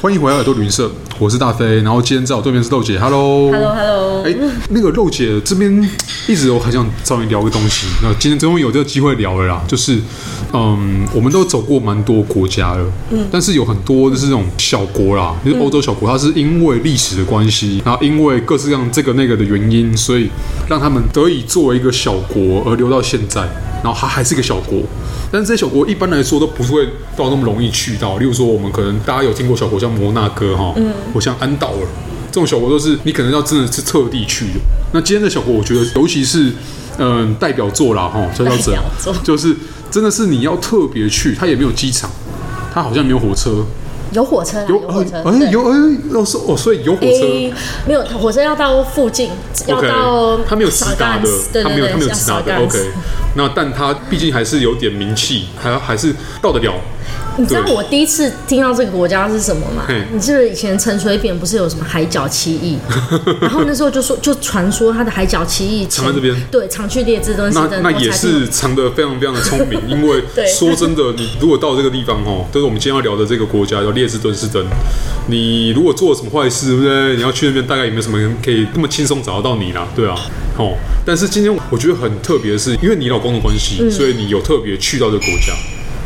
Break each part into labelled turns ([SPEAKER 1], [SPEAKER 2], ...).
[SPEAKER 1] 欢迎回来耳朵旅行社，我是大飞。然后今天在我对面是肉姐，Hello。
[SPEAKER 2] Hello，Hello，
[SPEAKER 1] 哎，那个肉姐这边一直有很想找你聊个东西，那今天终于有这个机会聊了啦。就是，嗯，我们都走过蛮多国家了，嗯，但是有很多就是那种小国啦，就是欧洲小国，它是因为历史的关系，然后因为各式各样这个那个的原因，所以让他们得以作为一个小国而留到现在，然后它还是一个小国。但是这些小国一般来说都不会到那么容易去到，例如说我们可能大家有听过小国像摩纳哥哈，嗯，或像安道尔。这种小国都是你可能要真的是特地去的。那今天的小国，我觉得尤其是嗯、代表作啦，哈，叫叫怎
[SPEAKER 2] 代表作
[SPEAKER 1] 就是真的是你要特别去，它也没有机场，它好像没有火车，
[SPEAKER 2] 有火车啦，有火车，
[SPEAKER 1] 哎
[SPEAKER 2] 对
[SPEAKER 1] 有哎哦是哦，所以有火车。
[SPEAKER 2] 诶没有火车要到附近，要
[SPEAKER 1] OK，
[SPEAKER 2] 到
[SPEAKER 1] 它没有直达的
[SPEAKER 2] Sargans，，对
[SPEAKER 1] 它
[SPEAKER 2] 对
[SPEAKER 1] 没有
[SPEAKER 2] 对，
[SPEAKER 1] 它没有
[SPEAKER 2] 要
[SPEAKER 1] 直达的
[SPEAKER 2] Sargans
[SPEAKER 1] OK。那但它毕竟还是有点名气，还还是到得了。
[SPEAKER 2] 你知道
[SPEAKER 1] 对
[SPEAKER 2] 我第一次听到这个国家是什么吗
[SPEAKER 1] 嘿？
[SPEAKER 2] 你记得以前陈水扁不是有什么海角 七亿？然后那时候就说，就传说他的海角七亿
[SPEAKER 1] 藏在这边
[SPEAKER 2] 对，藏去列支敦士
[SPEAKER 1] 那
[SPEAKER 2] 登，
[SPEAKER 1] 那
[SPEAKER 2] 我才
[SPEAKER 1] 也
[SPEAKER 2] 听
[SPEAKER 1] 是藏得非常非常的聪 明，因为
[SPEAKER 2] 对
[SPEAKER 1] 说真的，你如果到这个地方哦，就是我们今天要聊的这个国家叫列支敦士登，你如果做了什么坏事，对不对？你要去那边，大概也没有什么人可以那么轻松找得到你啦，对啊，哦。但是今天我觉得很特别的是，因为你老公的关系，所以你有特别去到这个国家。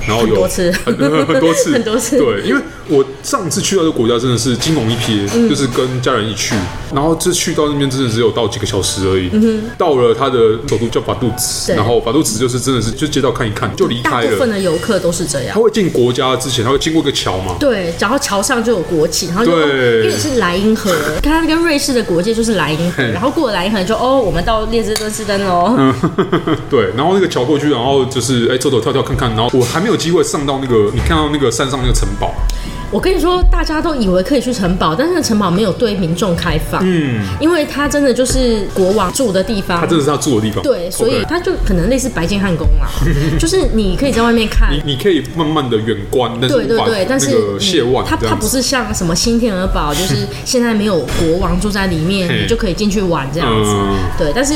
[SPEAKER 1] 然后有
[SPEAKER 2] 嗯很多次
[SPEAKER 1] 很很多次，
[SPEAKER 2] 很多次
[SPEAKER 1] 对，因为我上次去到这个国家真的是惊鸿一瞥，
[SPEAKER 2] 嗯
[SPEAKER 1] 就是跟家人一起去，然后这去到那边真的只有到几个小时而已。到了他的首都叫法杜兹，
[SPEAKER 2] 嗯对
[SPEAKER 1] 然后法杜兹就是真的是就街道看一看就离
[SPEAKER 2] 大
[SPEAKER 1] 开
[SPEAKER 2] 部分
[SPEAKER 1] 了。
[SPEAKER 2] 啊的游客都是这样
[SPEAKER 1] 他。会进国家之前，他会经过一个桥嘛？
[SPEAKER 2] 对，然后桥上就有国旗，然后就
[SPEAKER 1] 对
[SPEAKER 2] 哦因为是莱茵河，它跟瑞士的国界就是莱茵河，
[SPEAKER 1] 嘿
[SPEAKER 2] 然后过了莱茵河就哦，我们到列支敦士登喽。
[SPEAKER 1] 嗯， 对，然后那个桥过去，然后就是哎走走跳跳看看，然后我还没有机会上到那个你看到那个山上那个城堡，
[SPEAKER 2] 我跟你说，大家都以为可以去城堡，但是城堡没有对民众开放，
[SPEAKER 1] 嗯，
[SPEAKER 2] 因为它真的就是国王住的地方
[SPEAKER 1] 它。真的是他住的地方。
[SPEAKER 2] 对，所以
[SPEAKER 1] OK
[SPEAKER 2] 它就可能类似白金汉宫 啊，就是你可以在外面看。
[SPEAKER 1] 你你可以慢慢的远观，但是
[SPEAKER 2] 对对
[SPEAKER 1] 无法
[SPEAKER 2] 对，但
[SPEAKER 1] 那
[SPEAKER 2] 是
[SPEAKER 1] 个谢
[SPEAKER 2] 你
[SPEAKER 1] 万
[SPEAKER 2] 它
[SPEAKER 1] 这
[SPEAKER 2] 它
[SPEAKER 1] 样
[SPEAKER 2] 不
[SPEAKER 1] 子。
[SPEAKER 2] 是像什么新天鹅 堡，就是现在没有国王住在里面，
[SPEAKER 1] 嘿
[SPEAKER 2] 你就可以进去玩这样子。
[SPEAKER 1] 嗯
[SPEAKER 2] 对，但是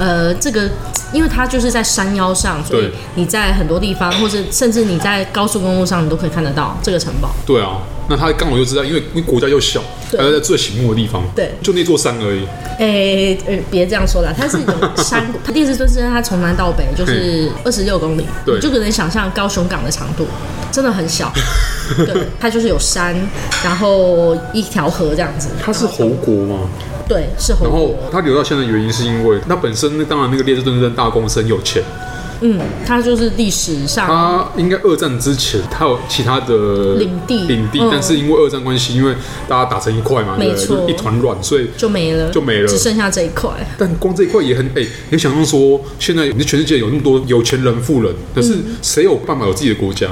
[SPEAKER 2] 呃，这个因为它就是在山腰上，所以
[SPEAKER 1] 对
[SPEAKER 2] 你在很多地方，或者甚至你在高速公路上，你都可以看得到这个城堡。
[SPEAKER 1] 对啊，那他刚好就知道，因为因为国家又小，
[SPEAKER 2] 对
[SPEAKER 1] 还要在最醒目的地方，
[SPEAKER 2] 对
[SPEAKER 1] 就那座山而已。
[SPEAKER 2] 诶、呃，别这样说啦，它是有 山谷，它列支敦士登，它从南到北就是二十六公里，
[SPEAKER 1] 对
[SPEAKER 2] 你就可能想象高雄港的长度，真的 很小。对，它就是有山，然后一条河这样子。
[SPEAKER 1] 它是侯国嘛，
[SPEAKER 2] 对，是侯
[SPEAKER 1] 然后
[SPEAKER 2] 国。
[SPEAKER 1] 它留到现在的原因是因为它本身那当然那个列支敦士登大公司很有钱，
[SPEAKER 2] 嗯，它就是历史上
[SPEAKER 1] 它应该二战之前它有其他的
[SPEAKER 2] 领地
[SPEAKER 1] 领地
[SPEAKER 2] 嗯，
[SPEAKER 1] 但是因为二战关系，因为大家打成一块嘛，对不
[SPEAKER 2] 没
[SPEAKER 1] 对，
[SPEAKER 2] 错
[SPEAKER 1] 就一团乱，所以
[SPEAKER 2] 就没了，
[SPEAKER 1] 就没了
[SPEAKER 2] 只剩下这一块。
[SPEAKER 1] 但光这一块也很哎、你想象说现在全世界有那么多有钱人、富人，可是
[SPEAKER 2] 嗯
[SPEAKER 1] 谁有办法有自己的国家？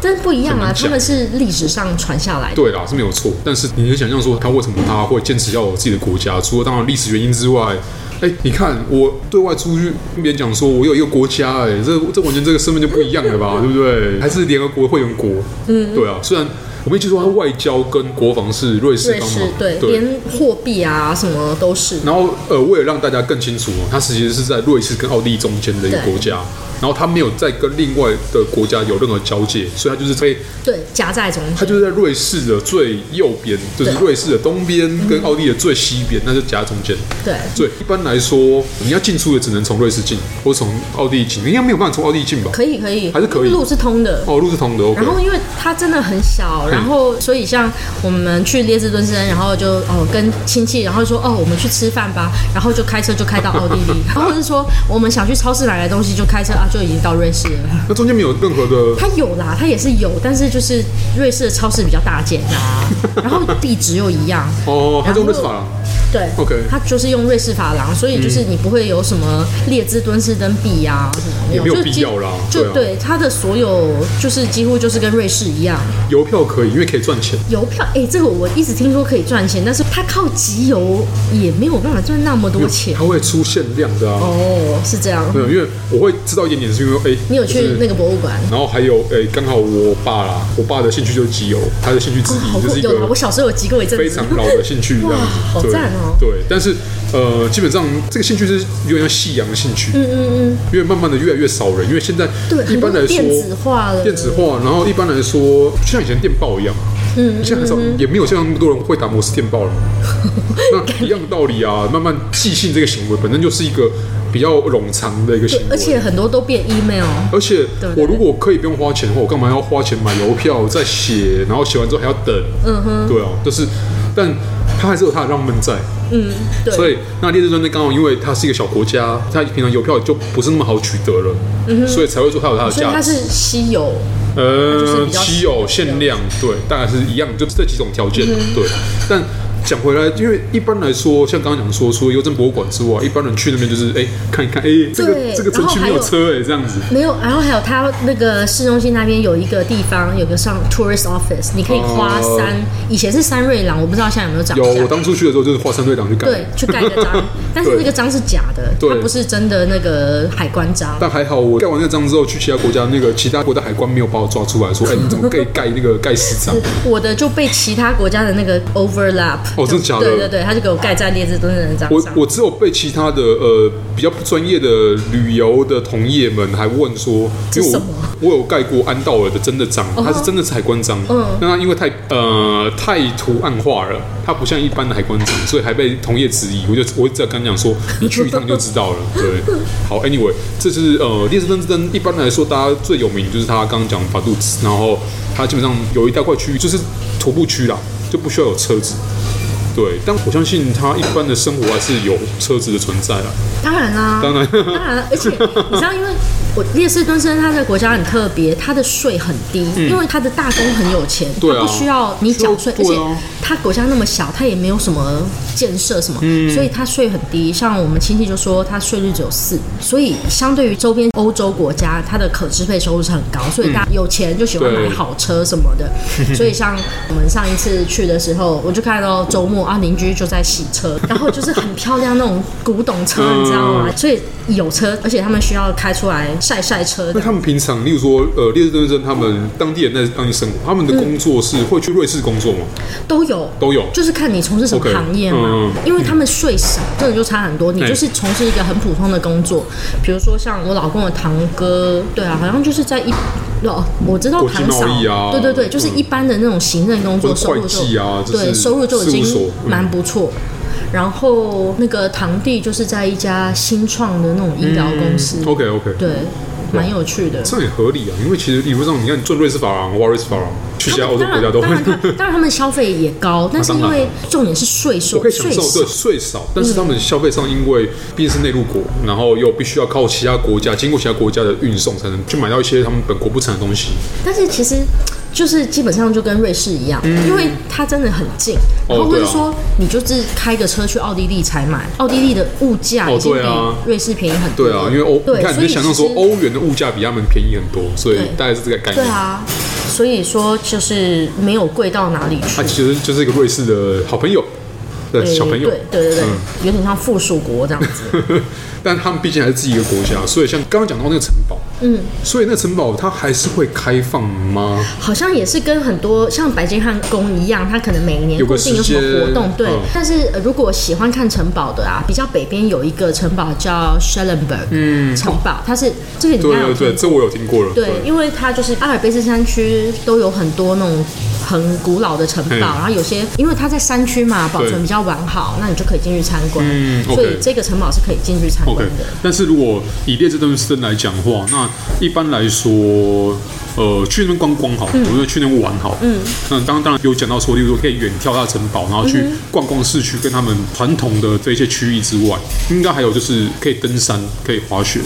[SPEAKER 2] 但是不一样
[SPEAKER 1] 怎
[SPEAKER 2] 啊
[SPEAKER 1] 么，讲
[SPEAKER 2] 他们是历史上传下来的。
[SPEAKER 1] 对啦，是没有错。但是你能想象说他为什么他会坚持要有自己的国家？除了当然历史原因之外，哎、你看我对外出去跟别人讲说我有一个国家、哎，这这完全这个身份就不一样了吧，对不对？还是联合国会员国，嗯，对啊。虽然我们一直说它外交跟国防是瑞士
[SPEAKER 2] 瑞
[SPEAKER 1] 帮忙
[SPEAKER 2] 士，对，连货币啊什么都是。
[SPEAKER 1] 然后呃，为了让大家更清楚哦，它其实是在瑞士跟奥地利中间的一个国家，然后它没有再跟另外的国家有任何交界，所以它就是可以
[SPEAKER 2] 对，夹在中间。
[SPEAKER 1] 它就是在瑞士的最右边，就是
[SPEAKER 2] 对
[SPEAKER 1] 瑞士的东边跟奥地利的最西边，那就夹在中间。
[SPEAKER 2] 对，
[SPEAKER 1] 所以一般来说，你要进出也只能从瑞士进，或从奥地利进，应该没有办法从奥地利进吧？
[SPEAKER 2] 可以可以，
[SPEAKER 1] 还是可以
[SPEAKER 2] 路是通的。
[SPEAKER 1] 哦，路是通的，OK
[SPEAKER 2] 然。后因为它真的很小，然后所以像我们去列支敦士登，然后就哦跟亲戚，然后说哦我们去吃饭吧，然后就开车就开到奥地 利，然后或者说我们想去超市买个东西就开车啊就已经到瑞士了。
[SPEAKER 1] 那中间没有任何的
[SPEAKER 2] 它有啦，它也是有，但是就是瑞士的超市比较大间 啊，然后地址又一样，
[SPEAKER 1] 哦，它
[SPEAKER 2] 然后
[SPEAKER 1] 用瑞士法郎。
[SPEAKER 2] 对
[SPEAKER 1] OK
[SPEAKER 2] 它就是用瑞士法郎，所以就是你不会有什么列支敦士登币呀、啊、什么的，
[SPEAKER 1] 也没有
[SPEAKER 2] 就
[SPEAKER 1] 必
[SPEAKER 2] 几
[SPEAKER 1] 要啦
[SPEAKER 2] 就
[SPEAKER 1] 对啊
[SPEAKER 2] 对它的所有就是几乎就是跟瑞士一样，
[SPEAKER 1] 邮票可以，因为可以赚钱。
[SPEAKER 2] 邮票哎、这个我一直听说可以赚钱，但是它靠集邮也没有办法赚那么多钱
[SPEAKER 1] 它会出限量的啊。
[SPEAKER 2] 哦，是这样。
[SPEAKER 1] 没有，因为我会知道一点点，是因为哎，
[SPEAKER 2] 你有
[SPEAKER 1] 就
[SPEAKER 2] 去
[SPEAKER 1] 是
[SPEAKER 2] 那个博物馆？
[SPEAKER 1] 然后还有诶，刚好我爸啦，我爸的兴趣就是集邮，他的兴趣之
[SPEAKER 2] 好
[SPEAKER 1] 一就
[SPEAKER 2] 酷
[SPEAKER 1] 是一
[SPEAKER 2] 有啊！
[SPEAKER 1] 个
[SPEAKER 2] 我小时候有集过一阵子，
[SPEAKER 1] 非常老的兴趣这样
[SPEAKER 2] 哇
[SPEAKER 1] 子，
[SPEAKER 2] 好
[SPEAKER 1] 对
[SPEAKER 2] 赞哦
[SPEAKER 1] 对，但是呃，基本上这个兴趣是有点像夕阳的兴趣，嗯嗯嗯，因为慢慢的越来越少人，因为现在
[SPEAKER 2] 对，
[SPEAKER 1] 一
[SPEAKER 2] 很多
[SPEAKER 1] 般来说
[SPEAKER 2] 电子化了，
[SPEAKER 1] 电子化，然后一般来说就像以前电报一样，嗯，现在很少，也没有像那么多人会打摩斯电报 了。那一样道理啊，慢慢寄信这个行为本身就是一个比较冗长的一个行为，
[SPEAKER 2] 而且很多都变 email。
[SPEAKER 1] 而且
[SPEAKER 2] 对不对
[SPEAKER 1] 我如果可以不用花钱的话，我干嘛要花钱买邮票再写，然后写完之后还要等？嗯哼，对啊，就是，但它还是有它的浪漫在。
[SPEAKER 2] 嗯，对。
[SPEAKER 1] 所以那列支敦呢，刚好因为它是一个小国家，它平常邮票就不是那么好取得了，所以才会说它有它的
[SPEAKER 2] 嗯所以
[SPEAKER 1] 价
[SPEAKER 2] 它
[SPEAKER 1] 值。
[SPEAKER 2] 是稀有，就是
[SPEAKER 1] 呃，
[SPEAKER 2] 比较
[SPEAKER 1] 稀有
[SPEAKER 2] 稀有
[SPEAKER 1] 限量，对，大概是一样，就是这几种条
[SPEAKER 2] 嗯
[SPEAKER 1] 件，对。但讲回来，因为一般来说，像刚刚讲说，除了邮政博物馆之外，一般人去那边就是哎、看一看，哎、这个
[SPEAKER 2] 对
[SPEAKER 1] 这个
[SPEAKER 2] 然
[SPEAKER 1] 城
[SPEAKER 2] 后
[SPEAKER 1] 区
[SPEAKER 2] 还
[SPEAKER 1] 没
[SPEAKER 2] 有
[SPEAKER 1] 有车哎、这样子。
[SPEAKER 2] 没有。然后还有它那个市中心那边有一个地方，有个上 tourist office，你可以花
[SPEAKER 1] 哦
[SPEAKER 2] 三，以前是三瑞朗，我不知道现在有没有涨价。
[SPEAKER 1] 有，我当初去的时候就是华山队长去干。
[SPEAKER 2] 对，去盖个 章，但是那个章是假的，
[SPEAKER 1] 对
[SPEAKER 2] 它不是真的那个海关章。
[SPEAKER 1] 但还好，我盖完那张之后，去其他国家那个其他国家海关没有把我抓出来， 说，哎、你怎么可以盖那个盖十张？
[SPEAKER 2] 我的就被其他国家的那个 overlap，
[SPEAKER 1] 哦真的假的
[SPEAKER 2] 对对对，他就给我盖在列支敦的那张
[SPEAKER 1] 我
[SPEAKER 2] 上。
[SPEAKER 1] 我只有被其他的呃比较不专业的旅游的同业们还问说，
[SPEAKER 2] 这
[SPEAKER 1] 因为
[SPEAKER 2] 是什
[SPEAKER 1] 我
[SPEAKER 2] 么
[SPEAKER 1] 我有盖过安道尔的真的章，它是真的是海关章，嗯，那它因为太呃太图案化了，它不像一般的海关章，所以还被同业质疑。我就我只要跟他讲说，你去一趟就知道了。对，好，anyway，这是呃列支敦之争，一般来说大家最有名就是他刚刚讲法杜兹，然后它基本上有一大块区域就是徒步区啦，就不需要有车子。对，但我相信他一般的生活还是有车子的存在啦。
[SPEAKER 2] 当然啦、
[SPEAKER 1] 当然
[SPEAKER 2] 当然啦，而且你知道，因为我列士敦生他在国家很特别，他的税很低，因为他的大公很有钱，
[SPEAKER 1] 嗯对啊
[SPEAKER 2] 他不需要你缴税，而
[SPEAKER 1] 对
[SPEAKER 2] 且
[SPEAKER 1] 啊
[SPEAKER 2] 他国家那么小，他也没有什么建设什么，
[SPEAKER 1] 嗯
[SPEAKER 2] 所以他税很低。像我们亲戚就说他税率只有四，所以相对于周边欧洲国家，他的可支配收入是很高，
[SPEAKER 1] 嗯
[SPEAKER 2] 所以大家有钱就喜欢买
[SPEAKER 1] 对
[SPEAKER 2] 好车什么的。所以像我们上一次去的时候，我就看到周末啊，邻居就在洗车，然后就是很漂亮那种古董车，
[SPEAKER 1] 嗯
[SPEAKER 2] 你知道吗？所以有车，而且他们需要开出来晒晒车
[SPEAKER 1] 那。他们平常，例如说，呃，列日登生他们当地人在当地生活，他们的工作是会去瑞士工作吗？
[SPEAKER 2] 都有，
[SPEAKER 1] 都有
[SPEAKER 2] 就是看你从事什么
[SPEAKER 1] OK，
[SPEAKER 2] 行业嘛。
[SPEAKER 1] 嗯
[SPEAKER 2] 因为他们税少，真的就差很多。你
[SPEAKER 1] 对
[SPEAKER 2] 就是从事一个很普通的工作，比如说像我老公的堂哥，对啊，好像就是在一。哦，我知道
[SPEAKER 1] 国际
[SPEAKER 2] 堂嫂
[SPEAKER 1] 贸易，啊
[SPEAKER 2] 对对对，就是一般的那种行政工作，
[SPEAKER 1] 或者
[SPEAKER 2] 收入
[SPEAKER 1] 会计
[SPEAKER 2] 就、
[SPEAKER 1] 啊就是
[SPEAKER 2] 对收入就已经
[SPEAKER 1] 事务所嗯
[SPEAKER 2] 蛮不错。然后那个堂弟就是在一家新创的那种医疗
[SPEAKER 1] 嗯
[SPEAKER 2] 公司，
[SPEAKER 1] OK OK，
[SPEAKER 2] 对，蛮有趣的。
[SPEAKER 1] 这样也合理啊，因为其实理论上，你看，你赚瑞士法郎、挖瑞士法郎，去其他欧洲国家都
[SPEAKER 2] 当
[SPEAKER 1] 会。
[SPEAKER 2] 然，当然他当然他们消费也 高，但是因
[SPEAKER 1] 当
[SPEAKER 2] 为重点是税收，
[SPEAKER 1] 我可以享
[SPEAKER 2] 税
[SPEAKER 1] 受
[SPEAKER 2] 少
[SPEAKER 1] 对税少，但是他们消费上因为毕竟是内陆国，然后又必须要靠其他国家，经过其他国家的运送，才能去买到一些他们本国不产的东西。
[SPEAKER 2] 但是其实就是基本上就跟瑞士一样，
[SPEAKER 1] 嗯
[SPEAKER 2] 因为它真的很近，
[SPEAKER 1] 哦
[SPEAKER 2] 然后或
[SPEAKER 1] 啊
[SPEAKER 2] 者说你就是开个车去奥地利才买，奥地利的物价
[SPEAKER 1] 哦
[SPEAKER 2] 已经比
[SPEAKER 1] 对啊
[SPEAKER 2] 瑞士便宜很多
[SPEAKER 1] 对
[SPEAKER 2] 了。
[SPEAKER 1] 啊，因为欧，
[SPEAKER 2] 对，
[SPEAKER 1] 你看你
[SPEAKER 2] 所以
[SPEAKER 1] 就想象说
[SPEAKER 2] 其实
[SPEAKER 1] 欧元的物价比他们便宜很多，所以
[SPEAKER 2] 对
[SPEAKER 1] 大概是这个概
[SPEAKER 2] 对
[SPEAKER 1] 念。
[SPEAKER 2] 啊，所以说就是没有贵到哪里去
[SPEAKER 1] 他。其实就是一个瑞士的好朋友，对
[SPEAKER 2] 对
[SPEAKER 1] 啊小朋友嗯
[SPEAKER 2] 对，对对对，有点像附属国这样子。
[SPEAKER 1] 但他们毕竟还是自己一个国家，所以像刚刚讲到那个城堡，嗯，所以那城堡它还是会开放吗？
[SPEAKER 2] 好像也是跟很多像白金汉宫一样，它可能每年
[SPEAKER 1] 有个
[SPEAKER 2] 固定有什
[SPEAKER 1] 时
[SPEAKER 2] 么
[SPEAKER 1] 间
[SPEAKER 2] 活动，对。
[SPEAKER 1] 嗯
[SPEAKER 2] 但是、呃如果喜欢看城堡的啊，比较北边有一个城堡叫 Schellenberg，嗯，城堡，它是这个你应
[SPEAKER 1] 对
[SPEAKER 2] 该有
[SPEAKER 1] 对
[SPEAKER 2] 听
[SPEAKER 1] 对，这我有听过了。
[SPEAKER 2] 对，因为它就是阿尔卑斯山区都有很多那种很古老的城堡，
[SPEAKER 1] 嗯
[SPEAKER 2] 然后有些因为它在山区嘛，保存
[SPEAKER 1] 对
[SPEAKER 2] 比较完好，那你就可以进去参观。
[SPEAKER 1] 嗯
[SPEAKER 2] 所以
[SPEAKER 1] OK
[SPEAKER 2] 这个城堡是可以进去参观
[SPEAKER 1] OK，
[SPEAKER 2] 的。
[SPEAKER 1] 但是如果以列支敦士登来讲的话，那一般来说，呃，去那边观光好，我觉得去那边玩好。嗯，那当然当然有讲到说，例如说可以远眺它的城堡，然后去逛逛市区，跟他们传统的这些区域之外，应该还有就是可以登山，可以滑雪。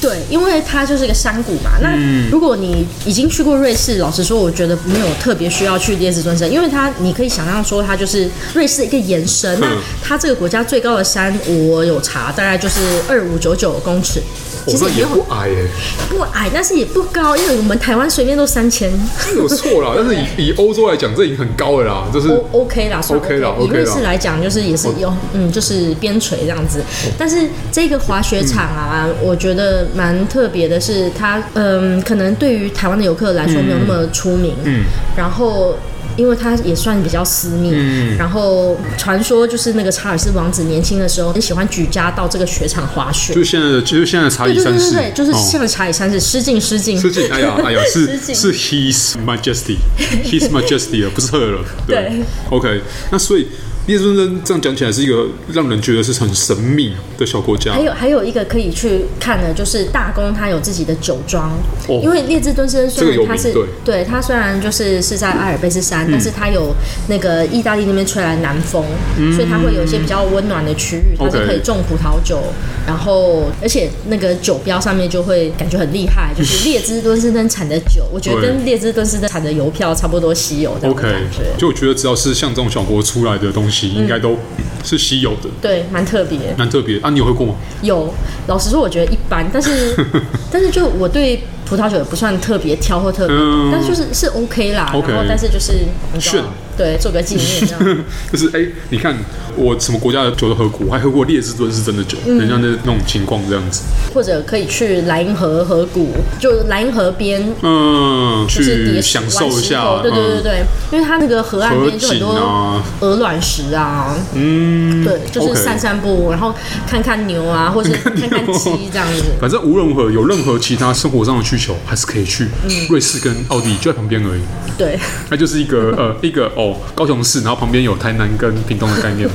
[SPEAKER 2] 对，因为它就是一个山谷嘛。那如果你已经去过瑞士，老实说，我觉得没有特别需要去列支敦山，因为它你可以想象说，它就是瑞士的一个延伸。那它这个国家最高的山，我有查，大概就是二五九九公尺，
[SPEAKER 1] 我
[SPEAKER 2] 其实
[SPEAKER 1] 哦那也
[SPEAKER 2] 也没有
[SPEAKER 1] 不矮哎、
[SPEAKER 2] 不矮，但是也不高，因为我们台湾随便都三千。
[SPEAKER 1] 有错啦，但是以以欧洲来讲，这已经很高了啦，就是
[SPEAKER 2] O OK 啦，算
[SPEAKER 1] OK 啦 OK 啦
[SPEAKER 2] 以
[SPEAKER 1] 哦
[SPEAKER 2] 瑞士来讲，就是也是有嗯，就是边陲这样子。但是这个滑雪场啊，
[SPEAKER 1] 嗯
[SPEAKER 2] 我觉得蛮特别的是，它嗯，可能对于台湾的游客来说没有那么出名，嗯，然后。因为它也算比较私密。
[SPEAKER 1] 嗯
[SPEAKER 2] 然后传说就是那个查尔斯王子年轻的时候很喜欢举家到这个雪场滑雪。
[SPEAKER 1] 就现在的，就是现在的查
[SPEAKER 2] 对
[SPEAKER 1] 理
[SPEAKER 2] 对对
[SPEAKER 1] 啊三
[SPEAKER 2] 对
[SPEAKER 1] 世，
[SPEAKER 2] 对，就是
[SPEAKER 1] 哦
[SPEAKER 2] 像查理三世失敬失敬。
[SPEAKER 1] 失敬，哎 呀，哎呀，是
[SPEAKER 2] 失敬
[SPEAKER 1] 是 His Majesty，His Majesty 了，不是 her 了。
[SPEAKER 2] 对
[SPEAKER 1] ，OK，那所以列尊真这样讲起来是一个让人觉得是很神秘的小国家
[SPEAKER 2] 还。有还有一个可以去看的，就是大宫它有自己的酒庄，
[SPEAKER 1] 哦
[SPEAKER 2] 因为列支敦士登
[SPEAKER 1] 这
[SPEAKER 2] 虽
[SPEAKER 1] 个有
[SPEAKER 2] 然它
[SPEAKER 1] 名
[SPEAKER 2] 是
[SPEAKER 1] 对嗯
[SPEAKER 2] 它虽然就是是在阿尔卑斯山，但是它有那个意大利那边吹来南风，所以它会有一些比较温暖的区域，它
[SPEAKER 1] OK
[SPEAKER 2] 是可以种葡萄酒，然后而且那个酒标上面就会感觉很厉害，就是列支敦士登产的酒，我觉得
[SPEAKER 1] 对
[SPEAKER 2] 跟列支敦士登产的邮票差不多稀有的
[SPEAKER 1] OK，
[SPEAKER 2] 感觉。
[SPEAKER 1] 就我觉得只要是像这种小国出来的东西，应该都是稀有的，
[SPEAKER 2] 对，蛮特别。
[SPEAKER 1] 蛮特别啊。你有喝过吗？
[SPEAKER 2] 有，老实说，我觉得一般，但是但是就我对葡萄酒也不算特别挑或特别，
[SPEAKER 1] 嗯
[SPEAKER 2] 但就是是 OK 啦。
[SPEAKER 1] OK
[SPEAKER 2] 然后但是就是你知
[SPEAKER 1] 炫
[SPEAKER 2] 道，对，做个纪念这 样。
[SPEAKER 1] 就是哎、你看我什么国家的酒都喝过，我还喝过列支敦士登的酒，
[SPEAKER 2] 嗯
[SPEAKER 1] 人家的那种情况这样子。
[SPEAKER 2] 或者可以去莱茵河河谷，就莱茵河边。
[SPEAKER 1] 嗯，
[SPEAKER 2] 就是
[SPEAKER 1] 去
[SPEAKER 2] 叠
[SPEAKER 1] 享受一
[SPEAKER 2] 石
[SPEAKER 1] 下嗯
[SPEAKER 2] 头，对对对对，因为它那个河岸边就很
[SPEAKER 1] 河景
[SPEAKER 2] 多
[SPEAKER 1] 啊
[SPEAKER 2] 鹅卵石啊，
[SPEAKER 1] 嗯，嗯
[SPEAKER 2] 对，就是
[SPEAKER 1] OK
[SPEAKER 2] 散散步，然后看看牛啊，或是看看鸡这样子。
[SPEAKER 1] 反正无论如何，有任何其他生活上的需求，还是可以去
[SPEAKER 2] 嗯
[SPEAKER 1] 瑞士跟奥地利就在旁边而已。
[SPEAKER 2] 对，
[SPEAKER 1] 它就是一 个呃一个哦高雄市，然后旁边有台南跟屏东的概念。